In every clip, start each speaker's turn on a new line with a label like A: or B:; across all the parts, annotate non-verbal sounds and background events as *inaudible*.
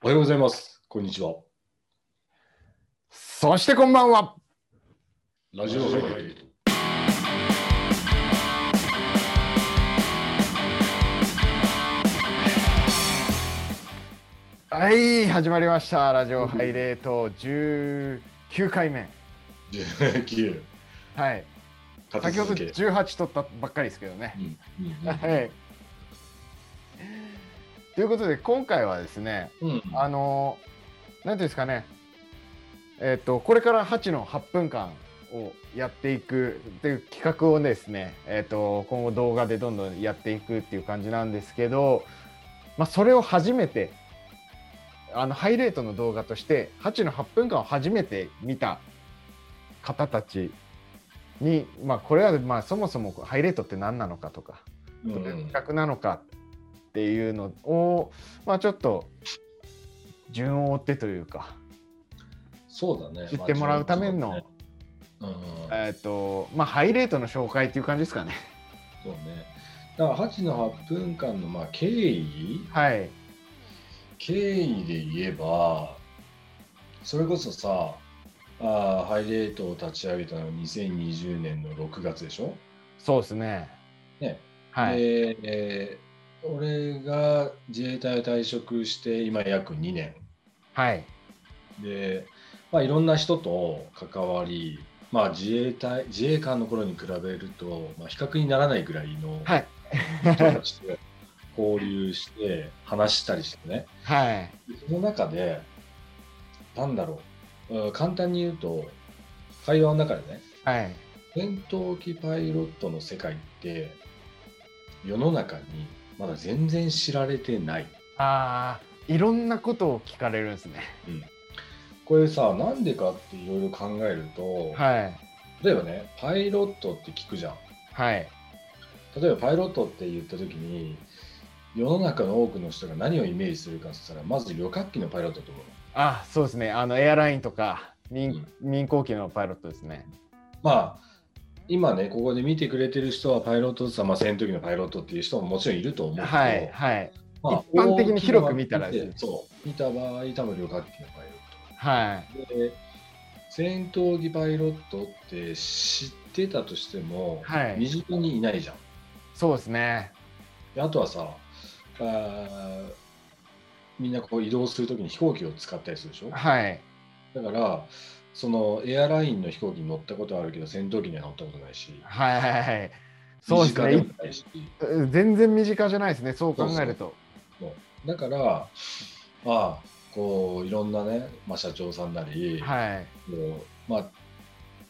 A: おはようございます。こんにちは。
B: そしてこんばんは。
A: ラジオ配信。
B: はい、始まりました。ラジオハイレート19回目。
A: 9、
B: はい。
A: 片
B: 先ほど
A: 付け。
B: 18取ったばっかりですけどね
A: う。ん
B: は、い。ということで、今回はですね、
A: うんうん
B: あのー、なんていうんですかね、えっ、と、これから8の8分間をやっていくっていう企画をですね、えっ、と、今後動画でどんどんやっていくっていう感じなんですけど、まあ、それを初めて、あの、ハイレートの動画として、8の8分間を初めて見た方たちに、まあ、これは、まあ、そもそもハイレートって何なのかとか、
A: うん
B: どういう企画なのかっていうのを、まあ、ちょっと順を追ってというか
A: そうだね。
B: 知ってもらうための、
A: まあ。うん
B: えっ、とまあハイレートの紹介っていう感じですかね
A: そうね。だから8の8分間のまあ経緯
B: はい
A: 経緯で言えばそれこそさあーハイレートを立ち上げたのは2020年の6月でしょ、
B: そうですね
A: ね
B: はい、
A: でえー俺が自衛隊を退職して今約2年
B: はい
A: で、まあ、いろんな人と関わり、まあ、自衛隊自衛官の頃に比べると、まあ、比較にならないぐらいの
B: はい
A: 人たちと交流して話したりしてね
B: はい
A: その中で、なんだろう、うん簡単に言うと、会話の中でね、
B: はい
A: 戦闘機パイロットの世界って、世の中にまだ全然知られてない。
B: あーいろんなことを聞かれるんですね
A: これさ、なんでかっていろいろ考えると、
B: はい
A: 例えばね、パイロットって聞くじゃん。
B: はい
A: 例えばパイロットって言った時に、世の中の多くの人が何をイメージするかって言ったら、まず旅客機のパイロットだと思う。
B: あそうですねあのエアラインとか民,、
A: うん
B: 民航機のパイロットですね
A: まあ今ねここで見てくれてる人はパイロットさまあ戦闘機のパイロットっていう人ももちろんいると思うけど、
B: はいはい
A: まあ
B: 一般的に広く見たらですね
A: そう見た場合多分旅客機のパイ
B: はい
A: ロットで戦闘機パイロットって知ってたとしても、
B: はい
A: 身近にいないじゃん
B: そうですね
A: であとはさあーみんなこう移動するときに飛行機を使ったりするでしょ
B: はい
A: だからそのエアラインの飛行機に乗ったことはあるけど戦闘機には乗ったことないし
B: はいはいはいそう
A: 身
B: です
A: 近
B: ね
A: もないし
B: 全然身近じゃないですねそう考えると
A: だから、まあ、こういろんなね、まあ、社長さんなり、
B: はい
A: こうま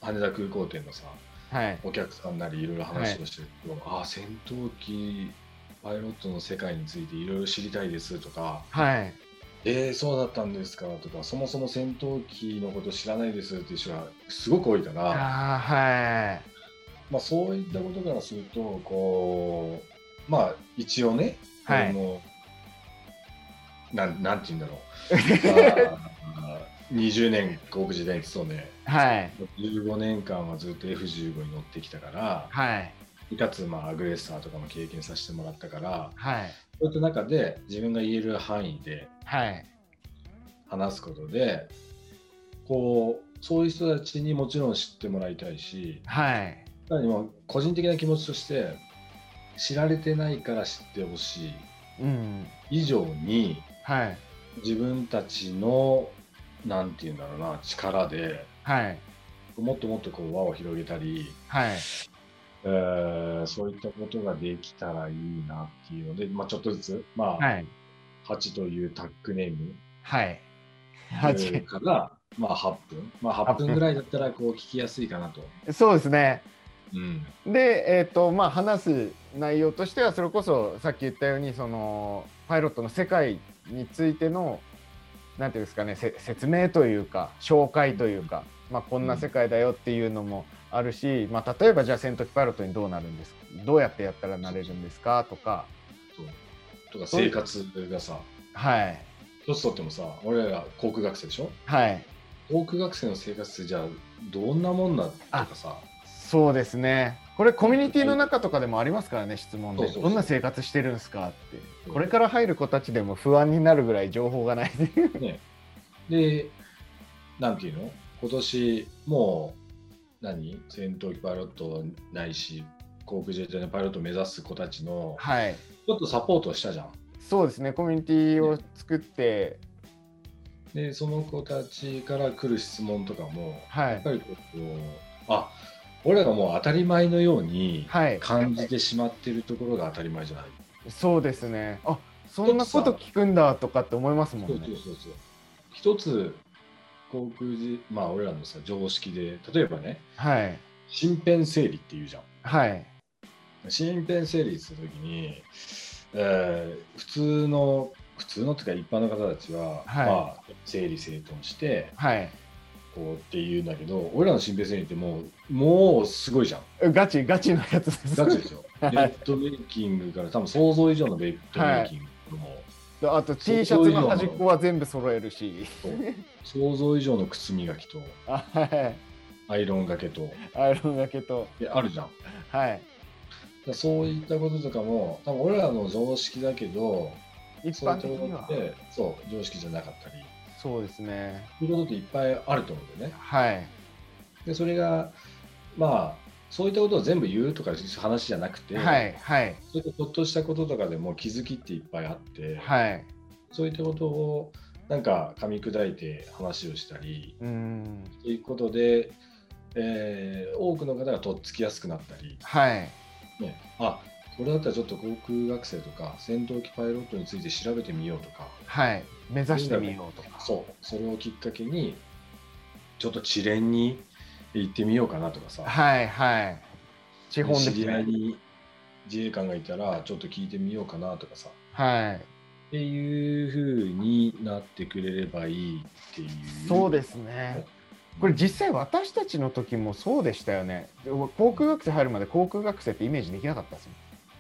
A: あ、羽田空港店のさ
B: はい
A: お客さんなりいろいろ話をしてると、ああ戦闘機パイロットの世界についていろいろ知りたいですとか、
B: はい
A: えー、そうだったんですかとかそもそも戦闘機のこと知らないですっていう人がすごく多いから、
B: あーはい
A: まあ、そういったことからするとこう、まあ、一応ね、
B: はい
A: あのなんなんて言うんだろう
B: *laughs*
A: あー20年航空自体に勤め
B: はい
A: 15年間はずっと F15 に乗ってきたから
B: はい
A: かつまあアグレッサーとかも経験させてもらったから
B: はい
A: そういった中で自分が言える範囲で
B: はい
A: 話すことでこうそういう人たちにもちろん知ってもらいたいし
B: はい
A: さらにもう個人的な気持ちとして知られてないから知ってほしい
B: うん
A: 以上に
B: はい
A: 自分たちのなんて言うんだろうな力で
B: はい
A: もっともっとこう輪を広げたり、
B: はい
A: えーそういったことができたらいいなっていうので、まあ、ちょっとずつ、まあ
B: はい
A: 8というタッグネーム
B: はい
A: え
B: は
A: ー
B: い
A: から、まあ、8分、まあ、8分ぐらいだったらこう聞きやすいかなと。
B: そうですね
A: うん
B: でえっ、とまあ話す内容としてはそれこそさっき言ったようにそのパイロットの世界についてのなんていうんですかねせ説明というか紹介というか、まあ、こんな世界だよっていうのもあるし、まあ、例えばじゃあ戦闘機パイロットにどうなるんですどうやってやったらなれるんですかとか
A: そうとか生活がさ、
B: はい
A: 一つとってもさ、俺ら航空学生でしょ
B: はい
A: 航空学生の生活ってじゃあどんなもんなとかさ、
B: そうですねこれコミュニティの中とかでもありますからね質問
A: そ
B: で
A: うそうそう
B: どんな生活してるんですかってこれから入る子たちでも不安になるぐらい情報がないっていう
A: で、なんていうの今年、もう、何戦闘機パイロットないし、航空自衛隊のパイロットを目指す子たちの、
B: はい
A: ちょっとサポートしたじゃん。
B: そうですねコミュニティを作って、
A: で、その子たちから来る質問とかも、
B: は
A: やっ
B: い
A: ぱりこう、あ俺らがもう当たり前のように
B: はい
A: 感じてしまってるところが当たり前じゃない。
B: そうですねあそんなこと聞くんだとかって思いますもん
A: そう
B: ね
A: そうそうそう。一つ、航空自、まあ、俺らのさ、常識で、例えばね、
B: はい
A: 身辺整理っていうじゃん。
B: はい
A: 身辺整理するときに、えー普通の普通のというか一般の方たちは、
B: はい
A: まあ、整理整頓して
B: はい
A: こうっていうんだけど俺らの身辺整理ってもうもうすごいじゃん
B: ガチガチのやつです
A: ガチですよベッドメイキングから多分想像以上のベッドメイキングも、
B: *laughs* あと T シャツの端っこは全部揃えるし
A: そう想像以上の靴磨きと
B: あはい
A: アイロンがけと
B: アイロンがけと
A: であるじゃんだか
B: はい
A: らそういったこととかも多分俺らの常識だけど
B: 一
A: そうい
B: 般
A: った
B: 的に
A: こと
B: は
A: ってそう常識じゃなかったり
B: そうですね
A: そういうことっていっぱいあると思うんだよね。
B: はい
A: でそれがまあそういったことを全部言うとかいう話じゃなくて、
B: はいはい
A: そういったちょっとしたこととかでも気づきっていっぱいあって、
B: はい
A: そういったことをなんか噛み砕いて話をしたり
B: うーん
A: ということで、えー多くの方がとっつきやすくなったり、
B: はい
A: ね、あこれだったらちょっと航空学生とか戦闘機パイロットについて調べてみようとか
B: はい目指してみようとか
A: そうそれをきっかけにちょっと知連に行ってみようかなとかさ。
B: はいはい地方です
A: 知り合い
B: ね
A: に自衛官がいたらちょっと聞いてみようかなとかさ
B: はい
A: っていう風になってくれればいいっていう
B: そうですねこれ実際私たちの時もそうでしたよねで航空学生入るまで航空学生ってイメージできなかったです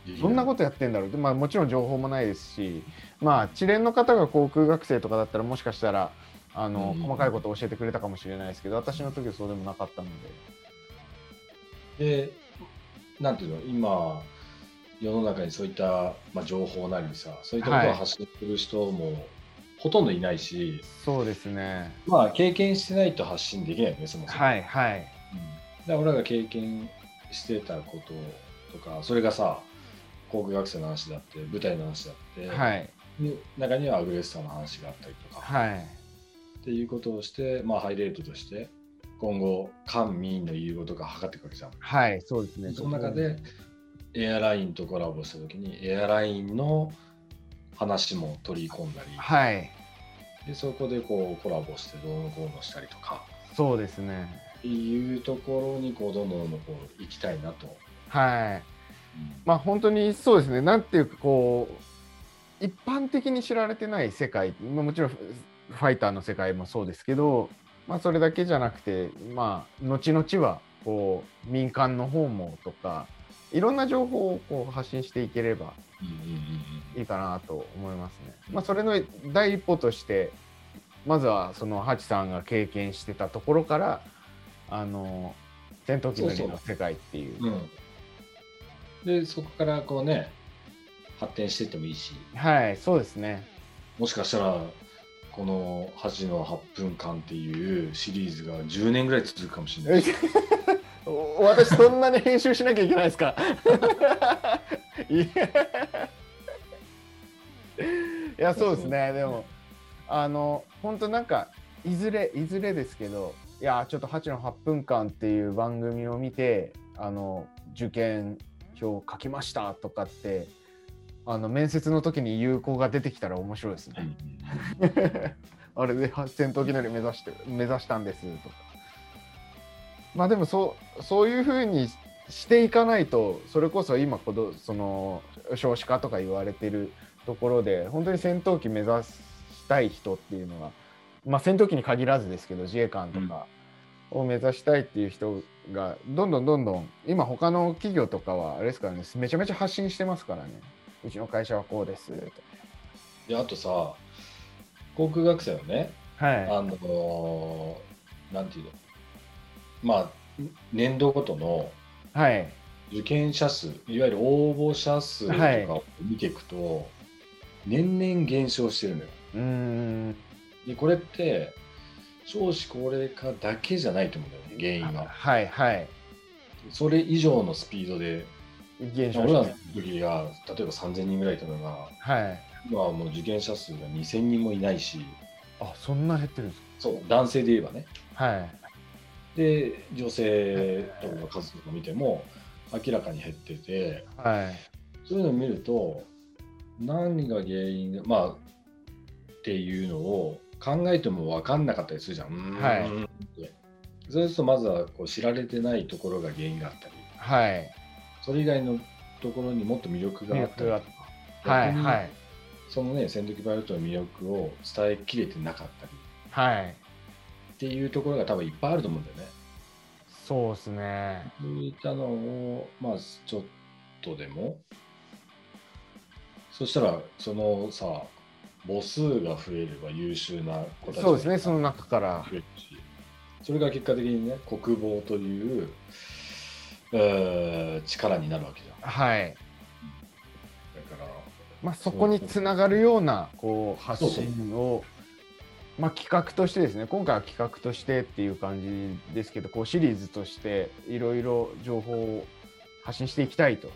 B: もんどんなこととやってんだろうって、まあ、もちろん情報もないですし、まあ、知連の方が航空学生とかだったらもしかしたらあの、
A: うん
B: 細かいことを教えてくれたかもしれないですけど私の時はそうでもなかったので
A: でなんていうの今世の中にそういった、まあ、情報なりさそういったことを発信する人もほとんどいないし、
B: そうですね
A: まあ経験してないと発信できないよねそもそも、
B: はいはい
A: うんだから俺らが経験してたこととかそれがさ航空学生の話だって舞台の話だって、
B: はい
A: 中にはアグレッサーの話があったりとか、
B: はい
A: っていうことをして、まあ、ハイレートとして今後官民の融合とか測っていくわけじゃん。
B: はいそうですね
A: その中でエアラインとコラボした時にエアラインの話も取り込んだり
B: はい
A: でそこでこうコラボしてどうのこうのしたりとか
B: そうですね
A: っていうところにこうどんどんどんどんこう行きたいなと。
B: はいまあ本当にそうですねなんていうかこう一般的に知られてない世界まあもちろんフファイターの世界もそうですけど、まあ、それだけじゃなくてまあ後々はこう民間の方もとかいろんな情報をこう発信していければ
A: うんうんうんうん
B: いいかなと思いますね。まあ、それの第一歩としてまずはそのハチさんが経験してたところからあの戦闘機乗りの世界っていう。
A: うん、でそこからこうね発展していってもいいし
B: はいそうですね。
A: もしかしたらこの「8の8分間」っていうシリーズが10年ぐらい続くかもしれないし
B: お *laughs* 私そんなに編集しなきゃいけないですか *laughs* いやいやそうですねでもあの本当なんかいずれいずれですけどいやちょっと「8の8分間」っていう番組を見てあの受験票書きましたとかってあの面接の時に有効が出てきたら面白いです
A: う
B: ね。
A: ん
B: あれで戦闘機乗り目指して目指したんですとか。まあでもそうそういうふうにしていかないとそれこそ今こどその少子化とか言われてるところで本当に戦闘機目指したい人っていうのは、まあ、戦闘機に限らずですけど自衛官とかを目指したいっていう人がどんどんどんどん今他の企業とかはあれですからねめちゃめちゃ発信してますからねうちの会社はこうですと
A: であとさ航空学生はね、
B: か。は
A: あのーなんていうのまあ年度ごとの
B: い、はい
A: 受験者数、いわゆる応募者数と
B: はい
A: かを見ていくと、年々減少してるのよ。
B: うーん
A: で、これって、少子高齢化だけじゃないと思うんだよね、原因
B: あ
A: が。
B: はいはい
A: それ以上のスピードで、
B: 減少
A: 俺ら
B: し
A: の時が、例えば3000人ぐらいいたのが、
B: はい
A: 今はもう受験者数が2000人もいないし、
B: あそんな減ってるんです
A: そう、男性で言えばね。
B: かはい
A: で、女性とかの数とか見ても、明らかに減ってて、
B: はい
A: そういうのを見ると、何が原因で、まあ、っていうのを考えても分かんなかったりするじゃん。うーん
B: は
A: ってそうすると、まずはこう知られてないところが原因があったり、
B: はい
A: それ以外のところにもっと魅力があったり
B: 魅力があ
A: と
B: っ
A: か、
B: はい
A: 逆に
B: はい
A: そのね、セントキバルトの魅力を伝えきれてなかったり
B: はい
A: っていうところが多分いっぱいあると思うんだよね。
B: そうですね
A: そういったのを、まあ、ちょっとでも、そしたら、そのさ、母数が増えれば優秀な子たちが
B: そうですねその中から
A: 増えるし、それが結果的にね、国防という、えー力になるわけじゃん。
B: はい
A: だから、
B: まあ、そこにつながるようなこう発信を、まあ、企画としてですね今回は企画としてっていう感じですけどこうシリーズとしていろいろ情報を発信していきたいと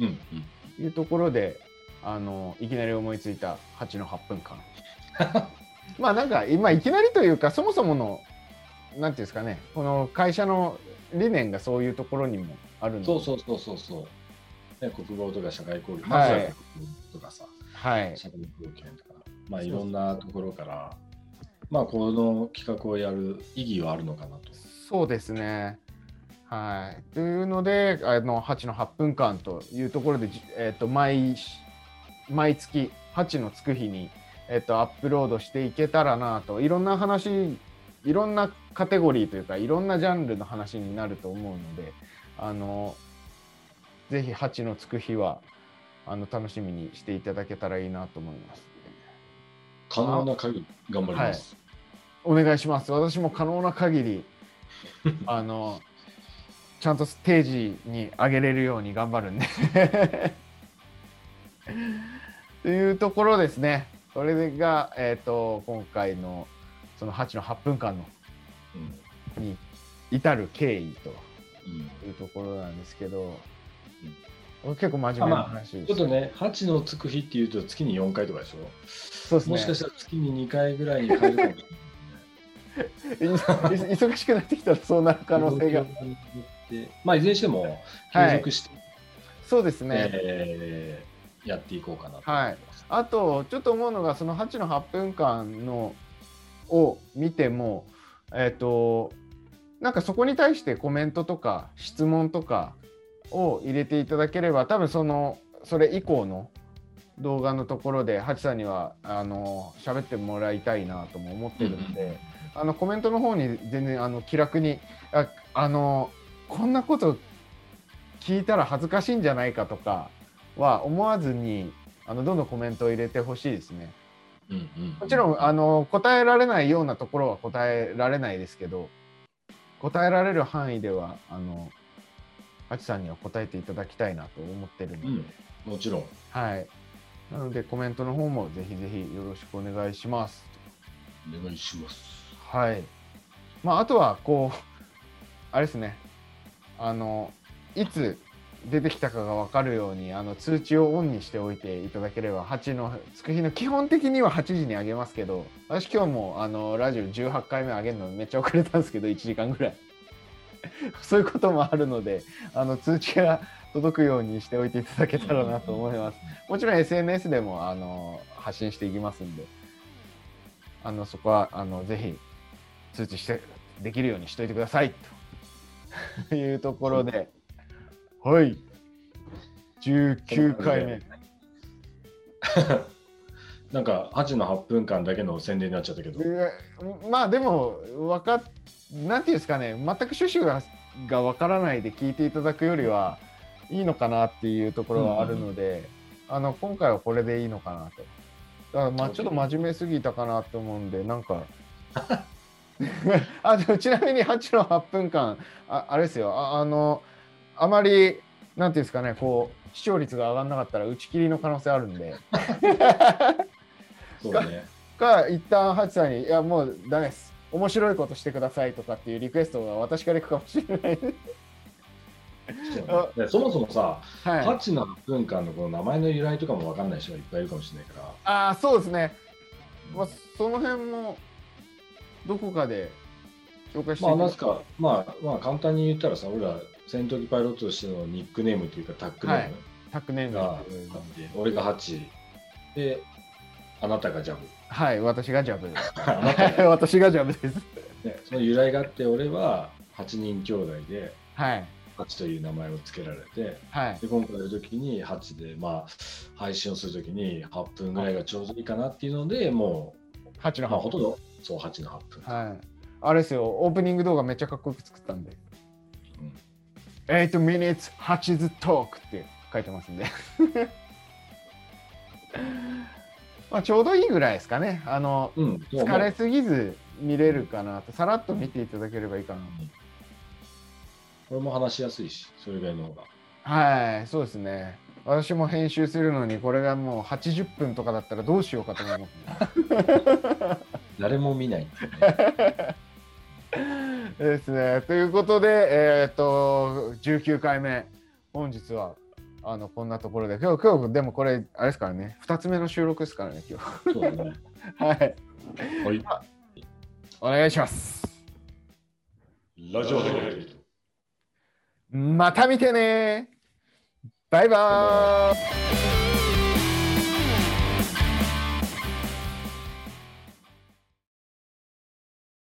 A: うん、うん。
B: いうところであのいきなり思いついた8の8分間まあなんか今いきなりというかそもそものなんていうんですかねこの会社の理念がそういうところにもあるの
A: *laughs*
B: で
A: そうそうそうそうそう。ね、国防とか社会交流、
B: は
A: ま
B: い
A: ずは国防とかさ、
B: はい
A: 社会貢献とか、まあ、いろんなところから、まあ、この企画をやる意義はあるのかなと。
B: そうですね。はい、というのであの8の8分間というところで、じえっと毎し毎月8のつく日に、えっとアップロードしていけたらなといろんな話いろんなカテゴリーというかいろんなジャンルの話になると思うのであのぜひ8のつく日はあの楽しみにしていただけたらいいなと思います。
A: 可能な限り頑張ります。
B: お願いします。私も可能な
A: *laughs*
B: 限り、あの、ちゃんとステージに上げれるように頑張るんで。 *laughs* というところですね。それが、えっ、と、今回の、その8の8分間のに至る経緯と
A: うん
B: いうところなんですけど、結構真面目な話
A: うん
B: で
A: ちょ
B: す
A: っとね、8のつく日っていうと月に4回とかでしょ、
B: そうですね。
A: もしかしたら月に2回ぐらいに変えるかもし *laughs* れない。
B: 忙しくなってきたらそうなる可能性が。
A: *laughs* まあ、いずれにしても継続して、
B: そうですね。
A: えーやっていこうかなと
B: はいあとちょっと思うのがその8の8分間のを見てもえっ、となんかそこに対してコメントとか質問とかを入れていただければ多分そのそれ以降の動画のところでハチさんにはあの喋ってもらいたいなとも思ってるんで、あのコメントの方に全然あの気楽にああのこんなこと聞いたら恥ずかしいんじゃないかとかは思わずにあのどんどんコメントを入れてほしいですね。
A: うんうん
B: もちろんあの答えられないようなところは答えられないですけど答えられる範囲ではあのハチさんには答えていただきたいなと思ってるので、
A: うんもちろん。
B: はいなのでコメントの方もぜひぜひよろしくお願いします。
A: お願いします。
B: はい。まあ、あとは、こう、あれですね。あの、いつ出てきたかが分かるように、あの、通知をオンにしておいていただければ、8の、つく日の、基本的には8時にあげますけど、私今日も、あの、ラジオ18回目あげるのめっちゃ遅れたんですけど、1時間ぐらい。そういうこともあるので、あの、通知が届くようにしておいていただけたらなと思います。もちろん SNS でもあの発信していきますんで、あのそこはあのぜひ通知してできるようにしておいてくださいというところで、はい、19回目。
A: なんか8の8分間だけの宣伝になっちゃったけど、
B: うわまあでも、わかっなんていうんですかね、全く趣旨ががわからないで聞いていただくよりはいいのかなっていうところはあるので、あの今回はこれでいいのかなと。だからまあ
A: OK
B: ちょっと真面目すぎたかなと思うんで、なんか。あでもちなみに8の8分間あ、あれですよ、ああの、あまりなんていうんですかね、こう、視聴率が上がらなかったら打ち切りの可能性あるんで、
A: そうね。
B: か、一旦ハチさんに、いや、もうダメです。面白いことしてくださいとかっていうリクエストが私からいくかもしれない。
A: そうねそもそもさ、
B: は
A: ハ
B: い。
A: チの8分間のこの名前の由来とかも分かんない人がいっぱいいるかもしれないから、
B: ああ、そうですね。まあ、その辺も、どこかで紹介して
A: まあ、
B: い
A: なん
B: ただ
A: す
B: く
A: か、まあ、まあ、簡単に言ったらさ、俺ら、戦闘機パイロットとしてのニックネームというか、タックネーム
B: タックネーム
A: があっ
B: が
A: て、俺がハチ、で、あなたがジャブ。 *laughs*
B: はい、私がジャブ。
A: あなたが、
B: *laughs* 私がジャブです。
A: ね、その由来があって、俺は8人兄弟で、
B: はい。
A: ハチという名前を付けられて、
B: はい。
A: で今回の時に8で、まあ、配信をする時に8分ぐらいがちょうどいいかなっていうので、も
B: 八
A: う、
B: の
A: ま
B: 葉
A: あ、ほとんど、そう、8の8分。
B: はい。あれですよ、オープニング動画めっちゃかっこよく作ったんで。
A: うん
B: 8 minutes 8 s talk って書いてますんで。 *laughs* まあちょうどいいぐらいですかね。あの、
A: うん、もう
B: 疲れすぎず見れるかなと、さらっと見ていただければいいかな。
A: これも話しやすいし、それぐらいの方が。
B: はい、そうですね。私も編集するのに、これがもう80分とかだったらどうしようかと思って。
A: 誰も見ないっていうね、
B: *laughs* ですね。ということで、えっと19回目本日はあのこんなところで今日今日でもこれあれですからね2つ目の収録ですからね今
A: そうだね。
B: 日はい
A: はい。
B: お願いします
A: ラジオで。
B: また見てねバイバーイ